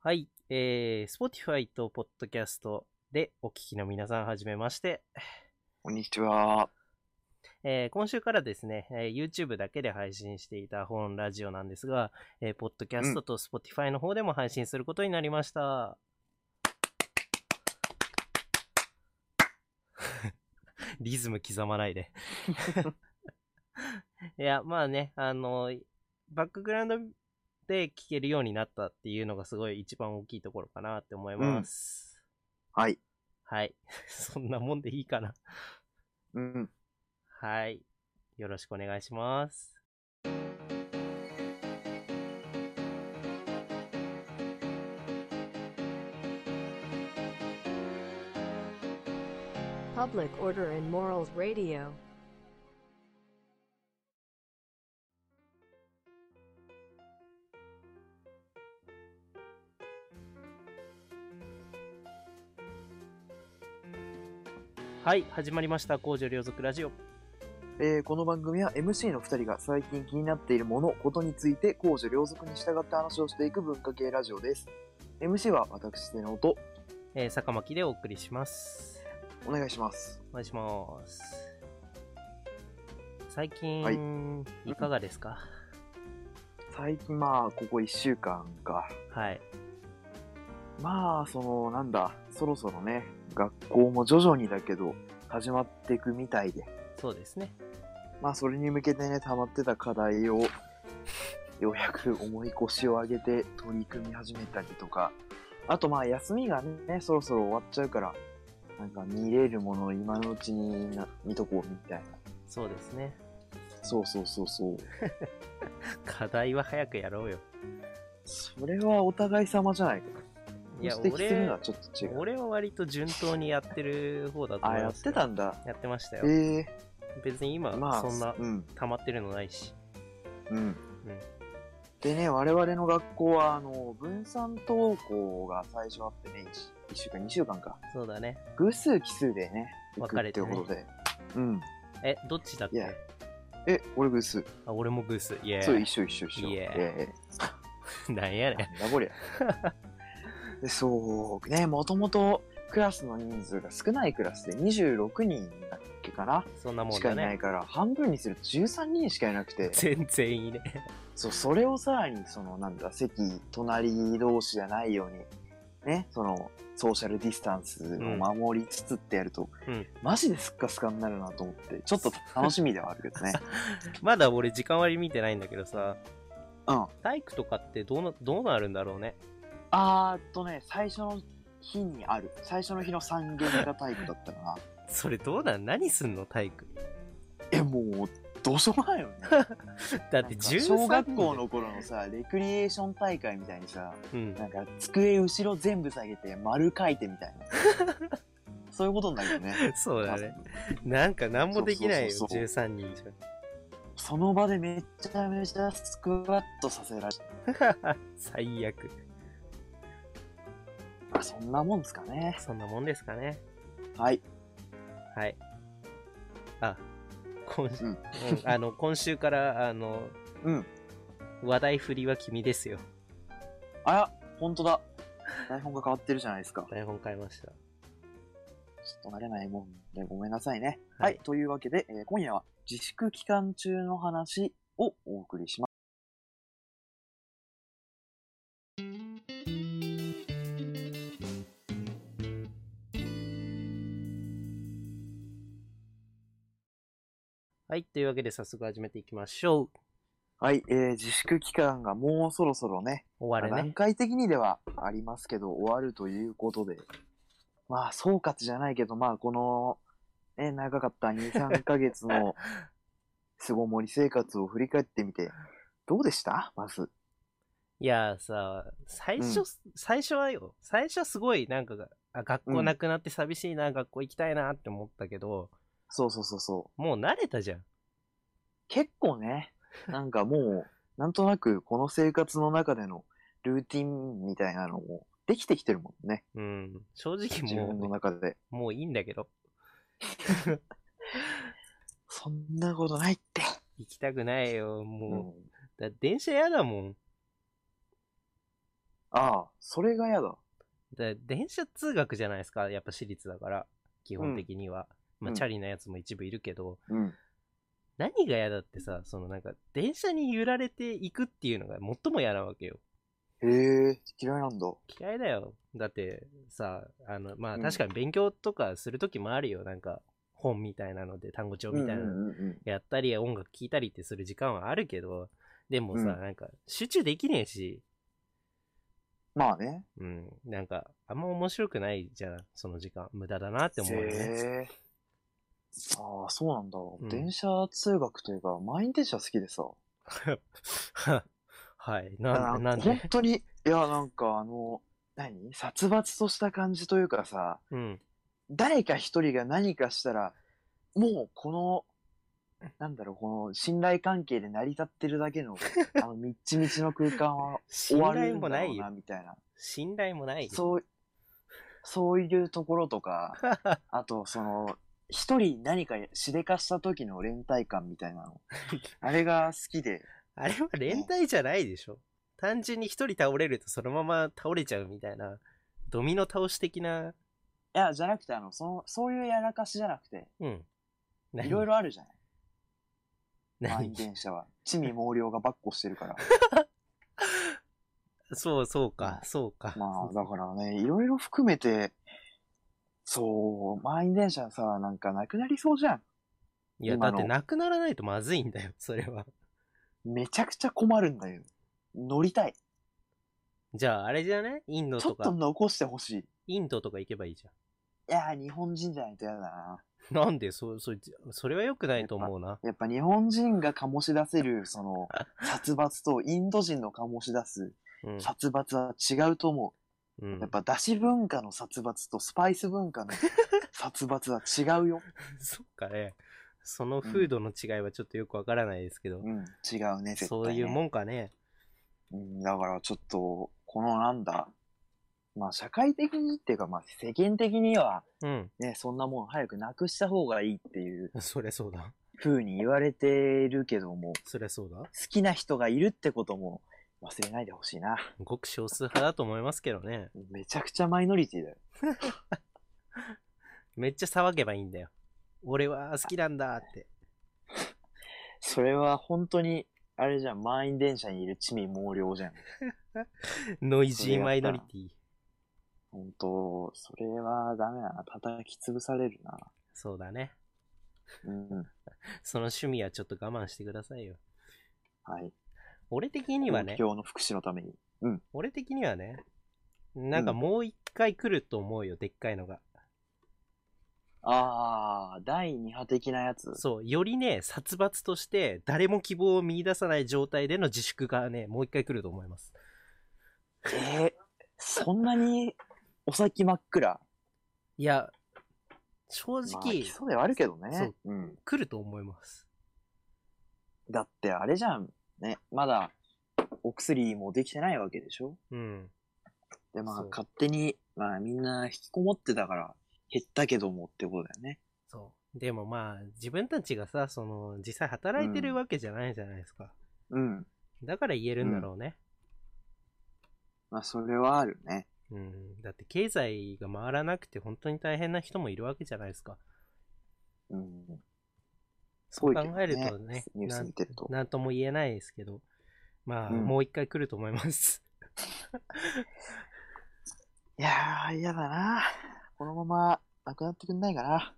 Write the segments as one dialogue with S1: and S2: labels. S1: はい。えー、Spotify と Podcast でお聞きの皆さん、はじめまして。
S2: こんにちは。
S1: えー今週からですね、えー YouTube だけで配信していた本ラジオなんですが、えー、Podcast と Spotify の方でも配信することになりました。 リズム刻まないで。いや、まあね、あの、バックグラウンドで聴けるようになったっていうのがすごい一番大きいところかなって思います。
S2: はい。
S1: はい。 そんなもんでいいかな。
S2: うん。
S1: はい。よろしくお願いします。
S3: Public Order and Morals Radio.
S1: はい。始まりました。工場良族ラジオ。
S2: えーこの番組は MC の2人が最近気になっているもの、ことについて公序良俗に従って話をしていく文化系ラジオです。MC は私、瀬能と
S1: えー、坂巻でお送りします。
S2: お願いします。
S1: お願いします。最近、
S2: はい
S1: い、かがですか
S2: 最近まあ、ここ1週間か。
S1: はい。
S2: まあ、その、なんだ、そろそろね、学校も徐々にだけど、始まっていくみたいで。
S1: そうですね。
S2: まあ、それに向けてね、溜まってた課題を、ようやく重い腰を上げて取り組み始めたりとか、あとまあ、休みがね、そろそろ終わっちゃうから、なんか見れるものを今のうちにな見とこうみたいな。
S1: そうですね。
S2: そうそうそうそう。
S1: 課題は早くやろうよ。
S2: それはお互い様じゃないか。
S1: いや、
S2: 指摘するのは
S1: 俺、
S2: ちょっと違う。
S1: 俺は割と順当にやってる方だと
S2: あ、
S1: 思い
S2: や
S1: ま
S2: っ
S1: す
S2: て
S1: よ。
S2: たんだ。
S1: やってました
S2: え
S1: よ。
S2: え
S1: 別に今、
S2: まあ、
S1: そんな
S2: うん、
S1: 溜まってるのないし。
S2: うん。でね、我々の学校は、あの、分散登校が最初あってね、1, 週間、2週間か。
S1: そうだね。
S2: 偶数奇数でね、行
S1: 分
S2: く
S1: かれ
S2: って
S1: て
S2: い
S1: ね
S2: うことで。うん。
S1: え、どっちだっ
S2: い
S1: け
S2: やえ、俺偶数。
S1: あ、俺もグース。イエ
S2: そう、
S1: ー
S2: 一緒一緒一緒。
S1: いや
S2: え
S1: イ。なんや
S2: え
S1: ねん。
S2: なんだ こりゃ。でそう、ね、もともとクラスの人数が少ないクラスで26人だっけかな、
S1: そんなもん
S2: しか
S1: だ
S2: いない
S1: ね。
S2: から、半分にすると13人しかいなくて、
S1: 全然いいね。
S2: そう、それをさらに、その、なんだ、席、隣同士じゃないように、ね、その、ソーシャルディスタンスを守りつつってやると、
S1: うん
S2: マジですっかすかになるなと思って、ちょっと楽しみではあるけどね。
S1: まだ俺時間割見てないんだけどさ、
S2: うん。
S1: 体育とかってどうな、どうなるんだろうね。
S2: あーっとね、最初の日にある。最初の日の三限が体育だったかな。
S1: それどうなん何すんの体育。
S2: え、もう、どうしようもないよね。
S1: だ
S2: な
S1: っ
S2: ん
S1: て
S2: か
S1: 13
S2: 小学校の頃のさ、レクリエーション大会みたいにさ、
S1: うん。
S2: なんか机後ろ全部下げて丸書いてみたいな。 そういうことになるよね。
S1: そうだね。なんか何もできないよ、
S2: そうそうそ
S1: 13
S2: う
S1: 人じ
S2: その場でめちゃめちゃスクワットさせられて、
S1: ゃ。 最悪。
S2: まあ、そんなもんですかね。
S1: そんなもんですかね。
S2: はい。
S1: はい。あ、今週、
S2: う
S1: うんん、あの、今週から、あの、
S2: うん。
S1: 話題振りは君ですよ。
S2: あら、ほんとだ。台本が変わってるじゃないですか。ちょ
S1: 台本変えました。
S2: っと慣れないもんでごめんなさいね。
S1: は
S2: はいい。というわけで、えー今夜は自粛期間中の話をお送りします。
S1: はい。というわけで早速始めていきましょう。
S2: はい。えー自粛期間がもうそろそろね、
S1: 終わる
S2: 段
S1: ね。
S2: 階的にではありますけど、終わるということで、まあ、総括じゃないけど、まあ、この、ね、長かった2、3ヶ 月の巣ごもり生活を振り返ってみて、どうでしたまず。
S1: いやーさ、最初、
S2: うん
S1: 最初はよ、最初はすごいなんかが、あ、学
S2: う
S1: 校
S2: ん
S1: なくなって寂しいな、学校行きたいなって思ったけど、
S2: そうそうそうそう。
S1: もう慣れたじゃん。
S2: 結構ね、 なんかもう、なんとなくこの生活の中でのルーティンみたいなのもできてきてるもんね。
S1: うん。正直
S2: 自分の
S1: も
S2: 中で。
S1: う、もういいんだけど、
S2: そんなことないって。
S1: 行きたくないよ、もう。
S2: うん
S1: だ電車嫌だもん。
S2: ああ、それが嫌だ。
S1: で電車通学じゃないですかやっぱ私立だから基本的には、ま
S2: う
S1: あ
S2: ん
S1: チャリのやつも一部いるけど、
S2: うん。
S1: 何が嫌だってさそのなんか電車に揺られていくっていうのが最も嫌なわけよ
S2: へえ、嫌いなんだ。
S1: 嫌いだよだってさあのまあ
S2: うん
S1: 確かに勉強とかする時もあるよなんか本みたいなので単語帳みたいなの
S2: うんうんうん
S1: やったり音楽聴いたりってする時間はあるけどでもさ、
S2: うん
S1: なんか集中できねえし
S2: まあね。
S1: うんなんかあんま面白くないじゃんその時間無駄だなって思うよね
S2: へえああ、そうなんだ。
S1: ん
S2: 電車通学というか、満員電車好きでさ。
S1: はい
S2: あ
S1: な
S2: ー
S1: んなん
S2: 本
S1: で
S2: 当に、いや、なんかあの、何殺伐とした感じというかさ、
S1: うん
S2: 誰か一人が何かしたら、もうこの、なんだろう、この信頼関係で成り立ってるだ けの、あの、みっちみちの空間は終
S1: 信
S2: わる
S1: 頼
S2: ん
S1: も
S2: だ
S1: な
S2: ろう
S1: い
S2: な、
S1: よ
S2: みたいな。
S1: 信頼もないよ
S2: そう、そういうところ とか、あと、その、一人何かしでかした時の連帯感みたい なの。あれが好きで。
S1: あれは連帯じゃないでしょ。単純に一人倒れるとそのまま倒れちゃうみたいな、ドミノ倒し的な、
S2: いや、じゃなくて、あの、その、そういうやらかしじゃなくて、
S1: うん。何
S2: いろいろあるじゃない。満員
S1: 何
S2: 電車は。地味毛量がばっこしてるから。
S1: そうそうか、
S2: う
S1: そうか。
S2: まあ、だからね、いろいろ含めて、そう、満員電車さ、なんかなくなりそうじゃん。
S1: いや、だ
S2: 今
S1: っ
S2: の
S1: てなくならないとまずいんだよ、 それは。
S2: めちゃくちゃ困るんだよ。乗りたい。
S1: じゃあ、あれじゃねインド
S2: ちょ
S1: と
S2: っと
S1: か、
S2: 残してほしい。い
S1: インドとか行けばいいじ
S2: やー、日本人じゃないと嫌だな。
S1: ゃん。なんで、そ、そ、それは良くないと思うな。
S2: やっぱ日本人が醸し出せる、その、殺伐とインド人の醸し出す
S1: うん。
S2: 殺伐は違うと思
S1: う
S2: う。
S1: ん
S2: やっ、ぱ出汁文化の殺伐とスパイス文化の殺伐は違うよ。
S1: そうかね。その風土の違いはちょっとよくわからないですけど、
S2: うん、違うね、絶対、ね。
S1: そういうもんかね。
S2: うん、だからちょっと、このなんだ、まあ社会的にっていうか、まあ世間的には、
S1: うん。
S2: ね、そんなもん早くなくした方がいいっていう
S1: そりゃそうだ。
S2: 風に言われてるけども、
S1: そりゃそうだ。
S2: 好きな人がいるってことも忘れないでほしいな。
S1: ごく少数派だと思いますけどね。
S2: めちゃくちゃマイノリティだよ。
S1: めっちゃ騒げばいいんだよ。俺は好きなんだって。
S2: それは本当に、あれじゃん、満員電車にいる地味猛量じゃん。
S1: ノイジーマイノリティ。
S2: 本当、それはダメだな。叩き潰されるな。
S1: そうだね。
S2: うん。
S1: その趣味はちょっと我慢してくださいよ。
S2: はい。
S1: 俺的には
S2: 目
S1: ね、
S2: 標の福祉のために。
S1: 俺的にはね、なんかもう一回来ると思うよ、でっかいのが。
S2: ああ、第2波的なやつ。
S1: そう、よりね、殺伐として、誰も希望を見出さない状態での自粛がね、もう一回来ると思います。
S2: えー、そんなにお先真っ暗。
S1: いや、正
S2: まあ、
S1: 直
S2: 基、礎ではあるけど
S1: そ
S2: ね
S1: う。
S2: うん。
S1: 来ると思います。
S2: だってあれじゃん。ね、まだお薬もできてないわけでしょ
S1: うん。
S2: で、まあ
S1: そう
S2: 勝手に、まあみんな引きこもってたから減ったけどもってことだよね。
S1: そう。でもまあ、自分たちがさ、その、実際働いてるわけじゃないじゃないですか。
S2: うん。
S1: だから言えるんだろうね。
S2: まあそれはあるね。
S1: うん。だって経済が回らなくて本当に大変な人もいるわけじゃないですか。
S2: うん。
S1: そ
S2: そうう
S1: 考
S2: だよね
S1: えるとね、
S2: ニュー
S1: な
S2: ス
S1: ん
S2: 見てると。
S1: なんとも言えないですけど、まあ、
S2: うん
S1: もう一回来ると思います。
S2: いやー、嫌だな。このままなくなってくんないかな。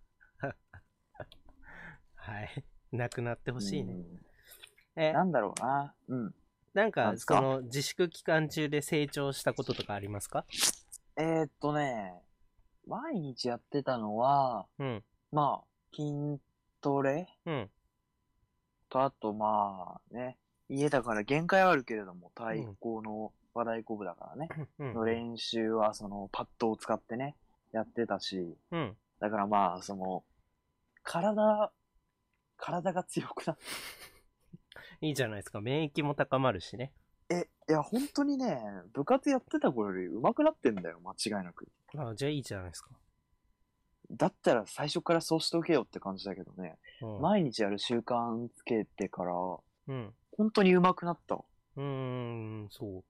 S1: はい。なくなってほしいね。
S2: う
S1: え
S2: ん。な、んだろうな。うん。
S1: なん
S2: な
S1: か
S2: ん、すか
S1: その、自粛期間中で成長したこととかありますか
S2: えーっとね、毎日やってたのは、
S1: うん。
S2: まあ、筋トレ
S1: うん。
S2: と、あとまあね、家だから限界はあるけれども、太鼓の和太鼓部だからね、
S1: うん。
S2: の練習はそのパッドを使ってね、やってたし、
S1: うん。
S2: だからまあ、その、体、体が強くなっ
S1: いいじゃないですか。免疫も高まるしね。
S2: え、いや、本当にね、部活やってた頃より上手くなってんだよ、間違いなく。
S1: あじゃあいいじゃないですか。
S2: だったら最初からそうしておけよって感じだけどね、
S1: うん。
S2: 毎日やる習慣つけてから、
S1: うん。
S2: 本当に上手くなった。
S1: うーん、そう。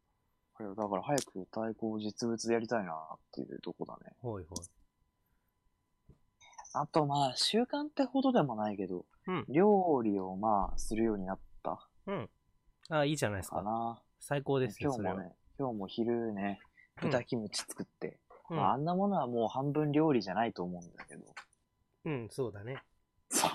S2: これだから早く対抗実物でやりたいなっていうとこだね。
S1: ほいほい。
S2: あとまあ、習慣ってほどでもないけど、
S1: うん
S2: 料理をまあ、するようになった
S1: うん。あ、いいじゃないです
S2: か
S1: か。
S2: な。
S1: 最高です
S2: 今
S1: よ、
S2: 日
S1: それ
S2: も
S1: は。
S2: ね、今日も昼ね、豚キムチ作って、
S1: うん
S2: まあ、あんなものはもう半分料理じゃないと思うんだけど、
S1: うん、そうだね。
S2: そう。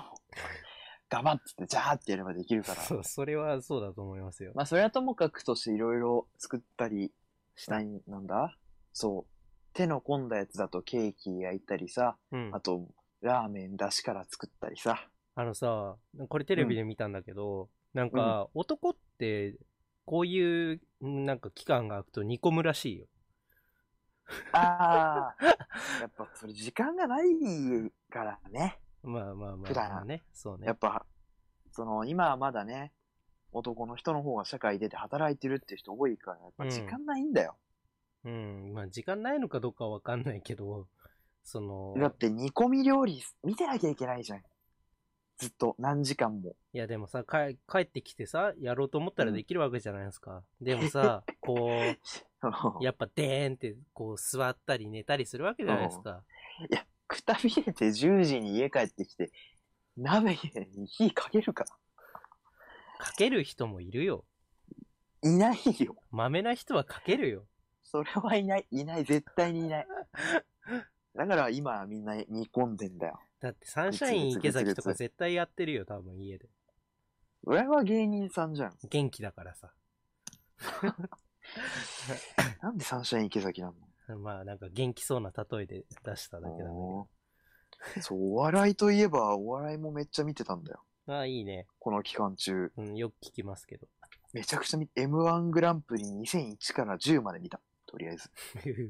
S2: ガバッつって、ジャーってやればできるから。
S1: そう、それはそうだと思いますよ。
S2: まあ、それはともかくとしていろいろ作ったりしたいんなんだそう。手の込んだやつだとケーキ焼いたりさ、
S1: うん
S2: あ。と、ラーメン出しから作ったりさ。
S1: あのさ、これテレビで見たんだけど、なんか、男って、こういう、なんか期間が空くと煮込むらしいよ。
S2: ああ、 やっぱそれ時間がないからね。
S1: まあまあまあ、
S2: 普段
S1: まあね。そうね
S2: やっ。ぱ、その、今はまだね、男の人の方が社会出て働いてるって人多いから、やっぱ時間ないんだよ。
S1: うん。まあ、時間ないのかどうかはわかんないけど、その、
S2: だって煮込み料理見てなきゃいけないじゃん。ずっと何時間も。
S1: いやでもさ、か帰ってきてさ、やろうと思ったらできるわけじゃないですか。でも さ、こう、やっぱでーんって、こう座ったり寝たりするわけじゃないですか。
S2: くたびれて10時に家帰ってきて、鍋に火かけるか
S1: かける人もいるよ。
S2: いないよ。
S1: まめな人はかけるよ。
S2: それはいない。いない。絶対にいない。だから今みんな煮込んでんだよ。
S1: だってサンシャイン池崎と
S2: 別々別
S1: か
S2: 々
S1: 絶対やってるよ、多分家で。
S2: 俺は芸人さんじゃん。
S1: 元気だからさ。
S2: なんでサンシャイン池崎なの
S1: まあなんか元気そうな例えで出しただけなんだけど。
S2: そう、お笑いといえば、お笑いもめっちゃ見てたんだよ。
S1: ああ、いいね。
S2: この期間中。
S1: うん、よく聞きますけど。
S2: めちゃくちゃ見 M1 グランプリ2001から10まで見た。とりあえず。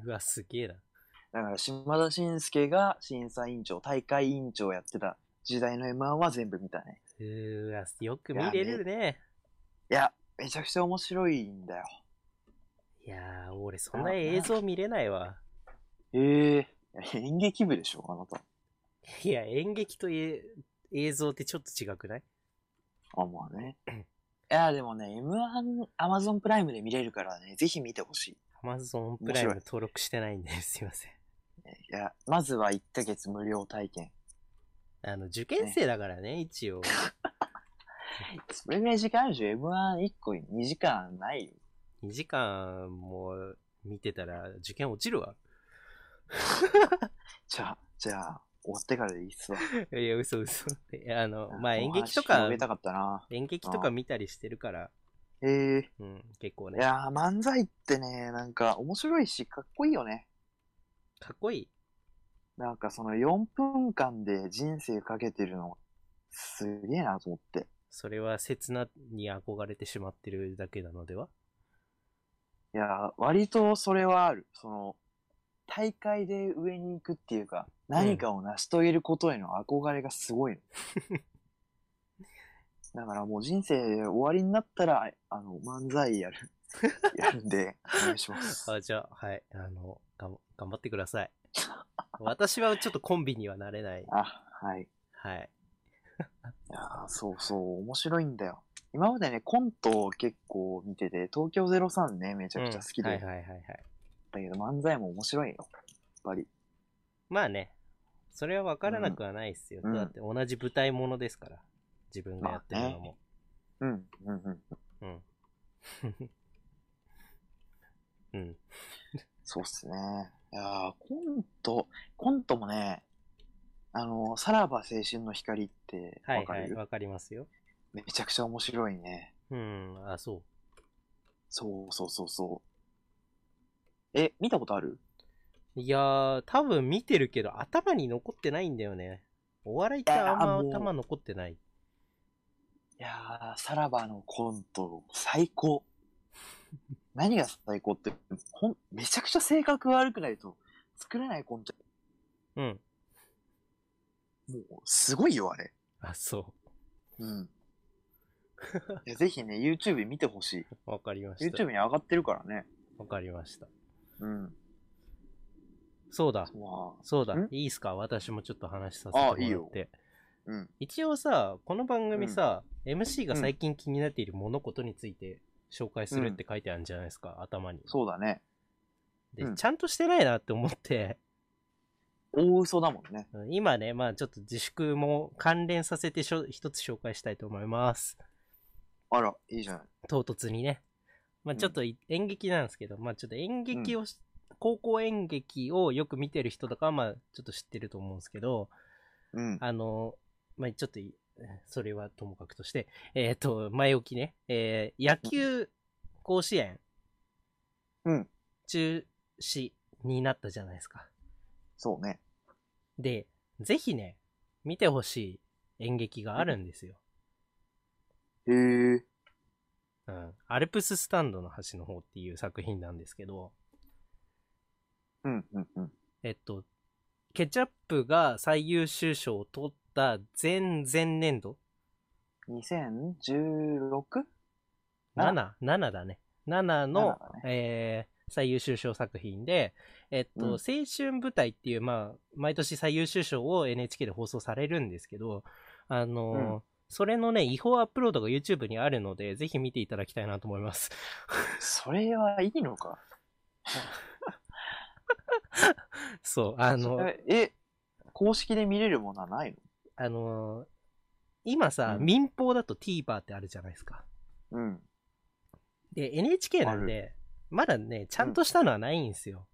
S1: うわ、すげえな。
S2: だから、島田紳介が審査委員長、大会委員長やってた時代の M1 は全部見たね。
S1: うわ、よく見れるね。
S2: いや、めちゃくちゃ面白いんだよ。
S1: いやー、俺そんな映像見れないわ。
S2: ええ演劇部でしょ、あなた。
S1: いや、演劇とえ映像ってちょっと違くない
S2: あ、まあ ね。いや、でもね、M1、Amazon プライムで見れるからね、ぜひ見てほし
S1: ?Amazon プ
S2: 面
S1: ライ
S2: 白い
S1: ム登録してないんで、すいません。
S2: い。いや、まずは1ヶ月無料体験。
S1: あの、受験生だからね、一応。
S2: それぐらい時間あるでしょ ?M11 個2時間ないよ。
S1: 2時間も見てたら受験落ちるわ。
S2: じゃあ、じゃあ、終わってからでいいっすわ。
S1: いや、嘘嘘。いやあの、まあ
S2: もう
S1: 演劇と
S2: 話
S1: か
S2: 広げ、たかったな。
S1: 演劇とか見たりしてるから、
S2: えー、
S1: うん、結構
S2: い
S1: ね。
S2: やー、漫才ってね、なんか面白いし、かっこいいよね。
S1: かっこいい。
S2: なんかその4分間で人生かけてるの、すげえなと思って。
S1: それは刹那に憧れてしまってるだけなのではい
S2: やー、割とそれはある。その、大会で上に行くっていうか、何かを成し遂げることへの憧れがすごいの。 だからもう人生終わりになったら、あの、漫才やる。やるんで、お願いします。
S1: あじゃあ、 はい、あの、がん頑張ってくだ さい。私はちょっとコンビにはなれない。
S2: あ、はい。
S1: はい。
S2: いやーそうそう、面白いんだよ。今までね、コントを結構見てて、東京03ね、めちゃくちゃ好
S1: う
S2: き
S1: ん
S2: で、
S1: はいはいはいはい。
S2: だけど漫才も面白いよ。やっぱり。
S1: まあね、それは分からなくはないっすよ。
S2: うん
S1: だって同じ舞台ものですから、自分がやってるのも。
S2: うん、うん、うん。
S1: うん。うん。
S2: そうっすね。いやーコント、コントもね、あの、さらば青春の光って、
S1: は
S2: わ
S1: い
S2: かる、
S1: はい、分かりますよ。
S2: めちゃくちゃ面白いね。
S1: うん、あ、そ
S2: そうそうそうそう。え、見たことある
S1: う。いやー、多分見てるけど、頭に残ってないんだよね。お笑いってあんま
S2: いやーもう
S1: 頭残ってない。
S2: いやー、さらばのコント、最高。 何が最高って、ほん、めちゃくちゃ性格悪くないと作れないコント。
S1: うん。
S2: もう、すごいよ、あれ。
S1: あ、そ
S2: うん。いやぜひね、YouTube 見てほ し
S1: う。わかりま
S2: い。
S1: した。
S2: YouTube に上がってるからね。
S1: わかりました。
S2: うん。
S1: そうだ。
S2: まあ、
S1: そうだ
S2: ん。
S1: いいっすか私もちょっと話させてもらって。
S2: あいいようん。
S1: 一応さ、この番組さ、MC が最近気になっている物事について紹介するって書いてあるんじゃないですか、頭に。
S2: そうだね。
S1: で
S2: うん
S1: ちゃんとしてないなって思って、
S2: 大嘘だもんね。
S1: 今ね、まあちょっと自粛も関連させてしょ一つ紹介したいと思います。
S2: あら、いいじゃない。
S1: 唐突にね。まあちょっとい演劇なんですけど、まあちょっと演劇をし、高校演劇をよく見てる人とかは、まあちょっと知ってると思うんですけど、
S2: うん。
S1: あの、まあちょっとい、それはともかくとして、えっ、と、前置きね、えー野球甲子園
S2: うん。
S1: 中止になったじゃないですか。
S2: そうね。
S1: で、ぜひね、見てほしい演劇があるんですよ。
S2: へえ。
S1: うん。アルプススタンドの橋の方っていう作品なんですけど、
S2: うん、うん、うん。
S1: えっと、ケチャップが最優秀賞を取った前々年度
S2: 2016?
S1: 7、7だね。7の、
S2: 7だね
S1: えー最優秀賞作品で、えっと、
S2: うん
S1: 青春舞台っていう、まあ、毎年最優秀賞を NHK で放送されるんですけど、あのー
S2: うん
S1: それのね、違法アップロードが YouTube にあるので、ぜひ見ていただきたいなと思います。
S2: それはいいのか。
S1: そう、あの、
S2: ええ、公式で見れるものはない
S1: あのー今さ、
S2: うん
S1: 民放だと TVer ってあるじゃないですか。
S2: のうん。
S1: で、NHK なんで、まだね、ちゃんとしたのはないんですよ。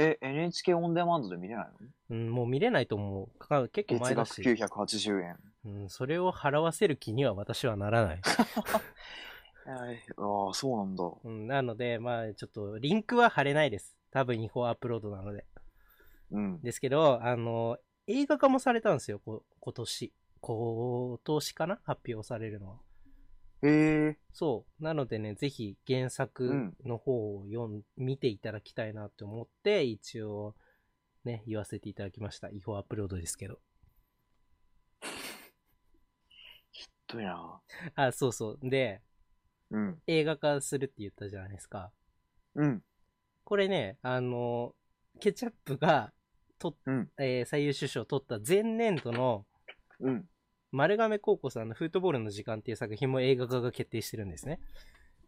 S2: え、NHK オンデマンドで見れないの
S1: うん、もう見れないと思う。か結構前
S2: 月
S1: だ
S2: 額
S1: し、
S2: 980円。
S1: うん、それを払わせる気には私はならない。
S2: はい、ああ、そうなんだ。
S1: うん、なので、まあ、ちょっと、リンクは貼れないです。多分、違法アップロードなので。
S2: うん。
S1: ですけど、あの、映画化もされたんですよ、こ今年。今年かな発表されるのは。
S2: へえ。
S1: そう。なのでね、ぜひ原作の方を読ん、見ていただきたいなと思って、一応、ね、言わせていただきました。違法アップロードですけど。
S2: どうやな。
S1: あ、そうそう。で、
S2: うん。
S1: 映画化するって言ったじゃないですか。
S2: うん。
S1: これね、あの、ケチャップが、と、
S2: うん
S1: えー最優秀賞を取った前年度の、
S2: うん。
S1: 丸亀高校さんのフットボールの時間っていう作品も映画化が決定してるんですね。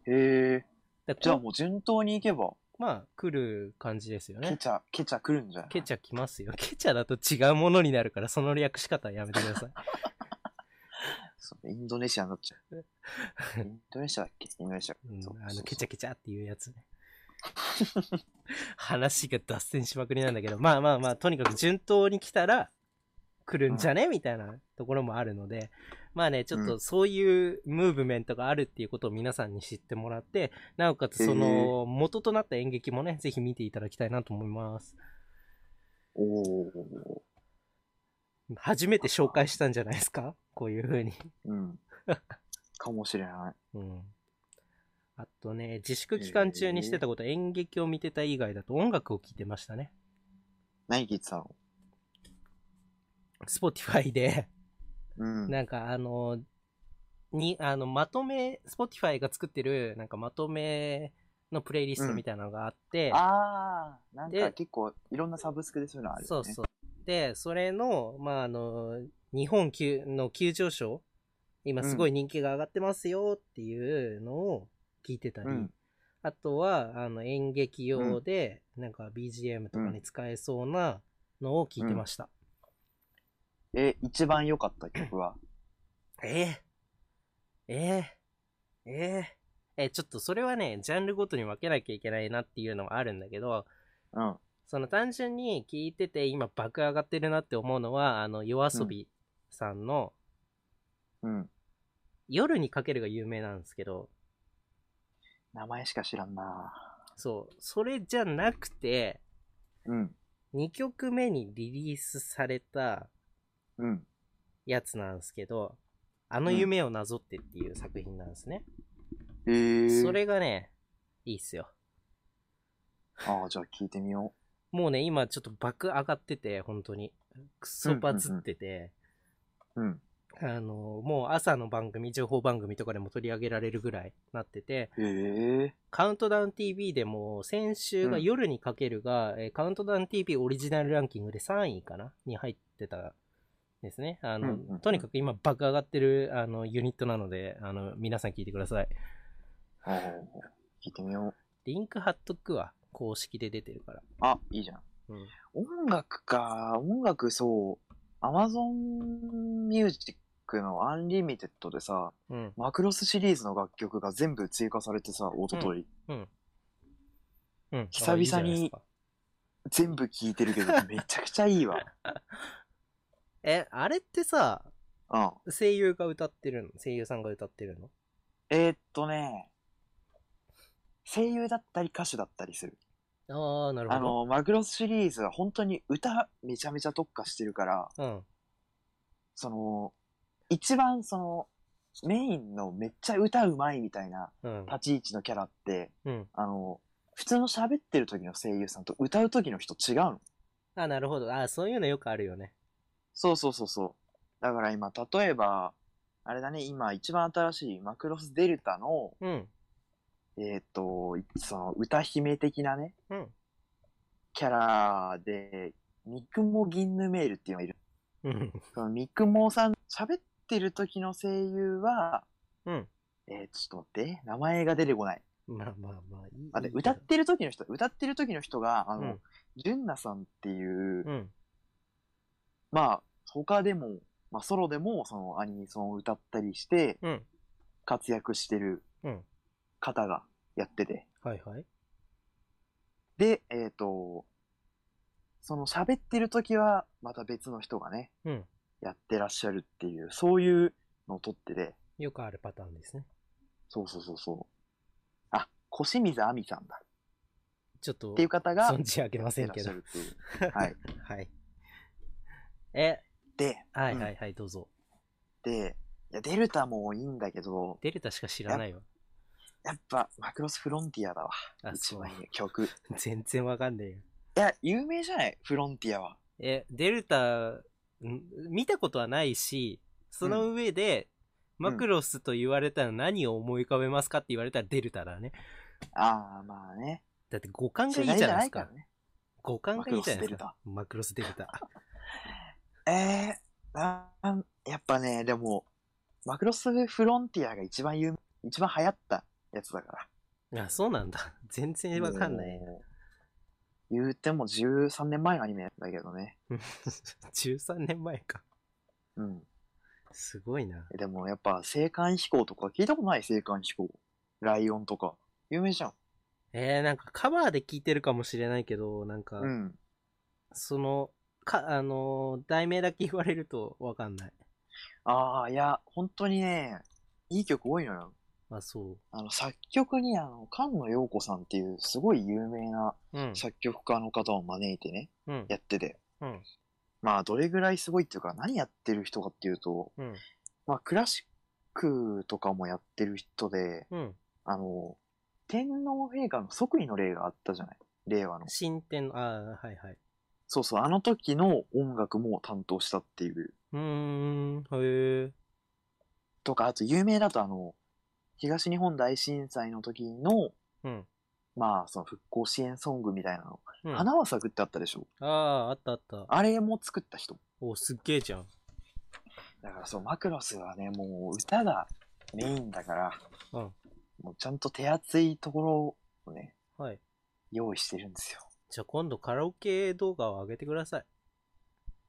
S2: へえ。
S1: だ
S2: じゃあ
S1: こ
S2: もう順当にいけば、
S1: うまあ、来る感じですよ
S2: ケ
S1: ね。
S2: チャ、ケチャ来るんじゃない
S1: ケチャ来ますよ。ケチャだと違うものになるから、その略し方はやめてください。
S2: そうインドネシアになっちゃう。インドネシアだっけインドネシア。
S1: うん
S2: そう
S1: あ
S2: そうそ
S1: の、
S2: う
S1: ケチャケチャっていうやつね。 話が脱線しまくりなんだけど、まあまあまあ、とにかく順当に来たら来るんじゃねみたいなところもあるので、まあね、ちょっ
S2: う
S1: とそういうムーブメントがあるっていうことを皆さんに知ってもらって、なおかつそ
S2: へ
S1: の元となった演劇もね、ぜひ見ていただきたいなと思います。
S2: おお。
S1: 初めて紹介したんじゃないですかこういう風に。
S2: うん。かもしれない。
S1: うん。あとね、自粛期間中にしてたこと、演劇を見てた以外だと音楽を聴いてましたね。
S2: 何聞いてたの
S1: Spotify で、
S2: うん。
S1: なんかあの、に、あの、まとめ、Spotify が作ってる、なんかまとめのプレイリストみたいなのがあって、
S2: ああ、なん
S1: で
S2: か結構いろんなサブスクでそういうのあるよね。
S1: そうそう。で、それの、まあ、あの、日本急の急上昇、今すごい人気が上がってますよっていうのを聞いてたり、
S2: うん。
S1: あとは、あの、演劇用で、なんか BGM とかに使えそうなのを聞いてました。
S2: え、一番良かった曲は
S1: えええええええちょっとそれはね、ジャンルごとに分けなきゃいけないなっていうのはあるんだけど、
S2: うん。
S1: その単純に聞いてて今爆上がってるなって思うのは、あの、夜遊びさんの、
S2: うん。
S1: 夜にかけるが有名なんですけど、
S2: 名前しか知らんな
S1: そう、それじゃなくて、
S2: うん。
S1: 2曲目にリリースされた
S2: うん。
S1: やつなんですけど、あの夢をなぞってっていう作品なんですね。
S2: えー、
S1: それがね、いいっすよ。
S2: ああ、じゃあ聞いてみよ
S1: もうね、今ちょっと爆上がってて、本当に。クソバズってて、
S2: う。うん。
S1: あの、もう朝の番組、情報番組とかでも取り上げられるぐらいなってて、
S2: ええ
S1: カウントダウン TV でも、先週が
S2: うん
S1: 夜にかけるが、えーカウントダウン TV オリジナルランキングで3位かなに入ってたんですね。あの、
S2: うんうんうん
S1: とにかく今爆上がってる、あの、ユニットなので、あの、皆さん聞いてください。
S2: はいはいはい。聞いてみよう。
S1: リンク貼っとくわ。公式で出てるから。
S2: あ、いいじゃん。
S1: うん。
S2: 音楽か、音楽そう、Amazon Music のアンリミテッドでさ、
S1: うん。
S2: マクロスシリーズの楽曲が全部追加されてさ、おととい。
S1: うん。
S2: 久
S1: あ
S2: 々に
S1: いいじゃないですか
S2: 全部聴いてる けど、めちゃくちゃいいわ。
S1: え、あれってさ、
S2: うん。
S1: 声優が歌ってるの声優さんが歌ってるの
S2: えー、っとね、声優だったり歌手だったりする。
S1: ああ、なる
S2: あ
S1: ほ
S2: の、マクロスシリーズは本当に歌めちゃめちゃ特化してるから、
S1: ど。うん。
S2: その、一番その、メインのめっちゃ歌うまいみたいな
S1: うん。
S2: 立ち位置のキャラって、
S1: うん。
S2: あの、普通の喋ってる時の声優さんと歌う時の人違うの。
S1: あなるほど。あそういうのよくあるよね。
S2: そうそうそうそう。だから今、例えば、あれだね、今一番新しいマクロスデルタの、
S1: うん。
S2: えっ、と、その歌姫的なね、
S1: うん。
S2: キャラで、ミクモギンヌメールっていうのがいる。
S1: うん。
S2: そのミクモさん、喋ってる時の声優は、
S1: うん。
S2: えー、ちょっと待って、名前が出てこない。
S1: まあまあまあ、いい。
S2: あ、で、
S1: いいけ
S2: 歌
S1: ど
S2: ってる時の人、歌ってる時の人が、あ
S1: う
S2: の
S1: ん、
S2: ジュンナさんっていう、
S1: うん。
S2: まあ、他でも、まあ、ソロでも、そのアニソンを歌ったりして、
S1: うん。
S2: 活躍してる
S1: うん。
S2: 方がやってて。
S1: はいはい。
S2: で、えっ、と、その喋ってる時は、また別の人がね、
S1: うん。
S2: やってらっしゃるっていう、そういうのを撮ってて、
S1: よくあるパターンですね。
S2: そうそうそうそう。あ、小清水亜美さんだ。
S1: ちょっと
S2: ってい、う方が、
S1: 存じ上げませんけど
S2: や。ってらっしゃるっていう。はい。
S1: はい。え、
S2: で、
S1: はい
S2: うん
S1: はいはい、どうぞ。
S2: で、いや、デルタもいいんだけど、
S1: デルタしか知らないわ。
S2: やっぱ、マクロスフロンティアだわ。
S1: あ、
S2: 一
S1: そう
S2: 番。いい曲。い
S1: 全然わかんねえよ。
S2: や、有名じゃないフロンティアは。
S1: え、デルタ、ん見たことはないし、その上で、
S2: ん
S1: マクロスと言われたら何を思い浮かべますかって言われたらデルタだね。
S2: ああ、まあね。
S1: だって五感が
S2: 世
S1: いい
S2: 代
S1: じ
S2: じ
S1: ゃ
S2: ゃ
S1: ないです
S2: ないから
S1: か。
S2: ね。
S1: 五感がいいじゃないですか。マクロスデルタ。
S2: えー、なん、やっぱね、でも、マクロスフロンティアが一番有名、一番流行ったやつだか
S1: あ、そうなんだ。全
S2: ら。
S1: 然わかんない。
S2: もう。言うても13年前のアニメだけどね。
S1: 13年前か。
S2: うん。
S1: すごいな。
S2: でもやっぱ、青函飛行とか聞いたことない青函飛行。ライオンとか。有名じゃん。
S1: えー、なんかカバーで聞いてるかもしれないけど、なんか、
S2: うん。
S1: その、か、あのー題名だけ言われるとわかんない。
S2: ああ、いや、本当にね、いい曲多いのよ。
S1: あ、そ
S2: あの、作曲に、あの、菅野陽子さんっていう、すごい有名な
S1: う。うん。
S2: 作曲家の方を招いてね、
S1: うん。
S2: やってて。
S1: うん。
S2: まあ、どれぐらいすごいっていうか、何やってる人かっていうと、
S1: うん。
S2: まあ、クラシックとかもやってる人で、
S1: うん。
S2: あの、天皇陛下の即位の例があったじゃない令和の。
S1: 新天の、あーはいはい。
S2: そうそう、あの時の音楽も担当したっていう。
S1: うーん、へえ。
S2: とか、あと有名だとあの、東日本大震災の時の、
S1: うん。
S2: まあ、その復興支援ソングみたいなの。
S1: うん、あ
S2: 花は咲くってあったでしょ
S1: あー、あったあった。
S2: あれも作った人。
S1: お、すっげえじゃん。
S2: だからそう、マクロスはね、もう歌がメインだから、
S1: うん
S2: もうちゃんと手厚いところをね、
S1: はい。
S2: 用意してるんですよ。
S1: じゃあ今度カラオケ動画を上げてください。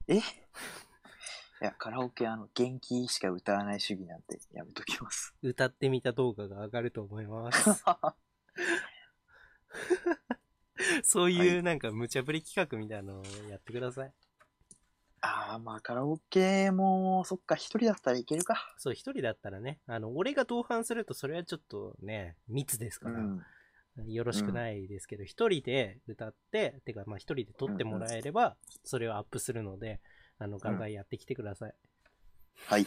S2: え いや、カラオケあの、元気しか歌わない主義なんてやめときます。
S1: 歌ってみた動画が上がると思い ます。そうい
S2: は
S1: うなんか無茶ぶり企画みたいなのをやってください。
S2: ああ、まあカラオケも、そっか、一人だったらいけるか。
S1: そう、一人だったらね、あの、俺が同伴するとそれはちょっとね、密です
S2: う
S1: から、
S2: ん。
S1: よろしくないですけど、一人で歌って、てかまあ一人で撮ってもらえれば、それをアップするので、あの、ガンガンやってきてください。
S2: はい。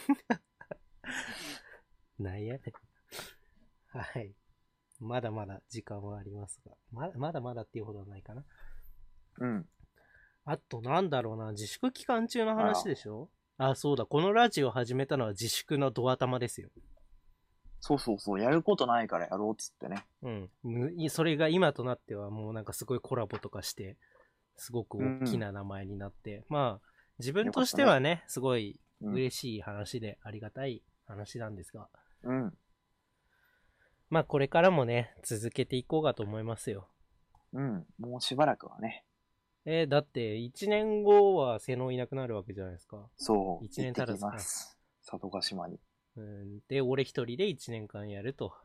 S1: なんやねん。 はい。まだまだ時間はありますが、まだまだまだっていうほどはないかな。
S2: うん。
S1: あと、なんだろうな、自粛期間中の話でしょあそうだ、このラジオ始めたのは自粛のドア玉ですよ。
S2: そうそうそう、やることないからやろうっつってね。
S1: うん。むいそれが今となってはもうなんかすごいコラボとかして、すごく大きな名前になって、まあ、自分としてはね、すごい
S2: うん。
S1: 嬉しい話でありがたい話なんですが、
S2: うん。
S1: まあこれからもね、続けていこうかと思いますよ。
S2: うん、もうしばらくはね。
S1: えーだって1年後は瀬能いなくなるわけじゃないですか。
S2: そう、
S1: 一年
S2: 行って
S1: 足ら
S2: き
S1: ずか
S2: ます。佐渡島に。
S1: うん、で、俺一人で1年間やると。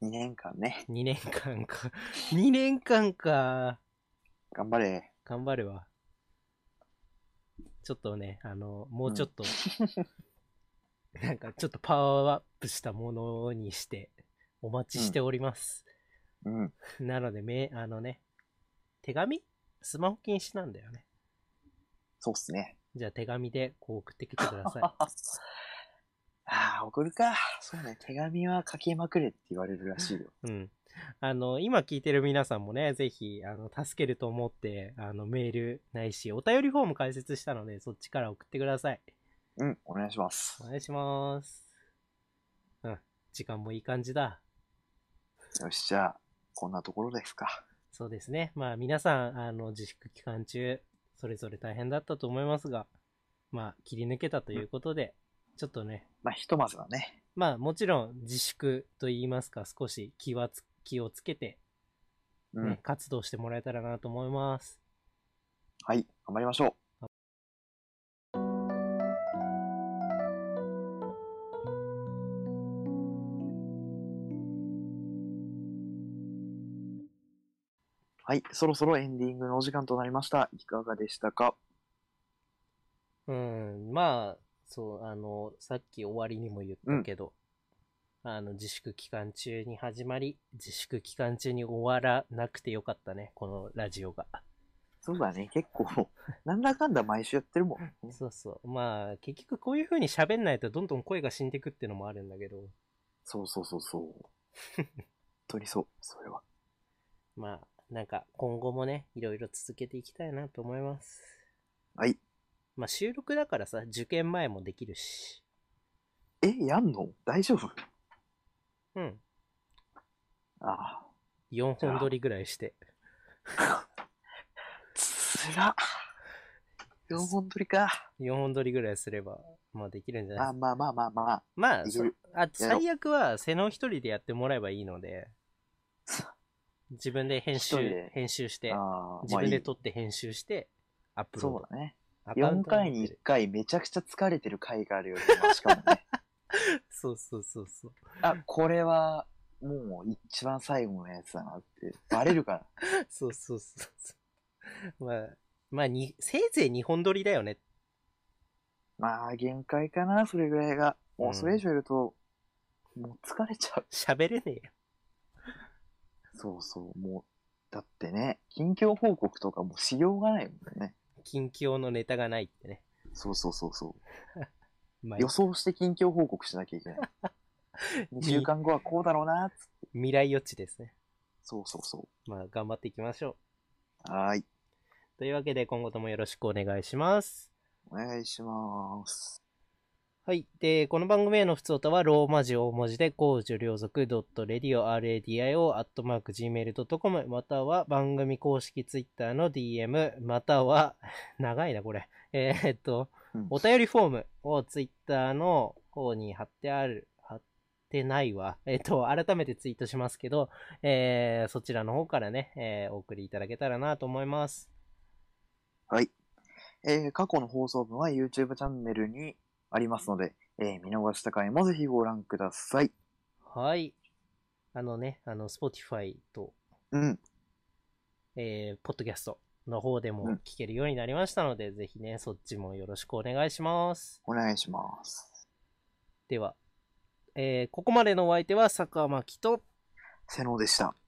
S2: 2年間ね、
S1: 2年間か。2年 間か。
S2: 頑張れ。
S1: 頑張るわ。ちょっとね、あの、もうちょっと、 なんかちょっとパワーアップしたものにして、お待ちしております。
S2: うん。
S1: なので、め、あのね、手紙スマホ禁止なんだよね。
S2: そうっすね。
S1: じゃあ手紙でこう送ってきてください。
S2: ああ、送るか。そうね、手紙は書きまくれって言われるらしいよ。
S1: うん。あの、今聞いてる皆さんもね、ぜひ、あの、助けると思って、あの、メールないし、お便りフォーム解説したので、そっちから送ってください。
S2: うん、お願いします
S1: お。願いします。うん。時間もいい感じだ。
S2: よし、じゃあ、こんなところですか。
S1: そうですね。まあ、皆さん、あの、自粛期間中、それぞれ大変だったと思いますが、まあ、切り抜けたということで、ちょっとね、
S2: まあ、ひとまずはね。
S1: まあ、もちろん、自粛と言いますか、少し気はつ、気をつけて、
S2: う
S1: ね、
S2: ん。
S1: 活動してもらえたらなと思います。
S2: はい、頑張りましょう。はい、そろそろエンディングのお時間となりました。いかがでしたか
S1: うん、まあ、そう、あの、さっき終わりにも言ったけど、あの、自粛期間中に始まり、自粛期間中に終わらなくてよかったね、このラジオが。
S2: そうだね、結構、なんだかんだ毎週やってるもんね。
S1: そうそう。まあ、結局こういう風に喋んないとどんどん声が死んでくってのもあるんだけど、
S2: そうそうそうそう。本当にそう、それは。
S1: まあ、なんか今後もね、いろいろ続けていきたいなと思います。
S2: はい。
S1: まあ、収録だからさ、受験前もできるし。
S2: え、やんの大丈夫
S1: うん。
S2: ああ、
S1: 4本撮りぐらいして。
S2: つら。4本取りか。
S1: 4本撮りぐらいすれば、まあできるんじゃないです
S2: あ、
S1: か
S2: まあまあまあまあ。
S1: まあ、
S2: い
S1: そ
S2: る
S1: あ
S2: やろう
S1: 最悪は、瀬能一人でやってもらえばいいの で、自分で編
S2: 一人
S1: 集
S2: で、
S1: 編集して、
S2: あー
S1: 自
S2: まあい
S1: 分
S2: い
S1: で撮って編集して、アップロー
S2: そ
S1: ド
S2: う。だね。
S1: アカウン
S2: 4
S1: ト持って
S2: 回
S1: る
S2: に1回めちゃくちゃ疲れてる回があるよりも、し かもね。
S1: そうそうそうそう。
S2: あ、これは、もう一番最後のやつだなって、バレるから。
S1: そうそうそうそう。まあ、まあに、せいぜい2本撮りだよね。
S2: まあ、限界かな、それぐらいが。もうそれ以上やると、もう疲れちゃう。
S1: 喋れねえよ。
S2: そうそう、もう、だってね、近況報告とかもうしようがないもんね。
S1: 近況のネタがないってね。
S2: そうそうそうそう。
S1: まあ
S2: 予、想して近況報告しなきゃ いけない。2週間後はこうだろうな、つって
S1: 未来予知ですね。
S2: そうそうそ
S1: まあ、頑張っていきましょ
S2: う。はーい。
S1: う。というわけで、今後ともよろしくお願いします。
S2: お願いします。
S1: はい。で、この番組への普通歌は、ローマ字大文字で、公序良俗 .radio.radio.gmail.com、または番組公式ツイッターの DM、または、長いな、これ。えーっと、
S2: うん
S1: お便りフォームをツイッターの方に貼ってある、貼ってないわ。えーっと、改めてツイートしますけど、えーそちらの方からね、えーお送りいただけたらなと思います。
S2: はい。えー過去の放送分は YouTube チャンネルにありますので、えー見逃した回もぜひご覧ください。
S1: はい。あのね、あの、Spotify と
S2: うん。
S1: えーポッドキャストの方で
S2: う
S1: も
S2: ん
S1: 聞けるようになりましたので、ぜひね、そっちもよろしくお願いします。
S2: お願いします。
S1: では、えーここまでのお相手は坂巻と、
S2: 瀬能でした。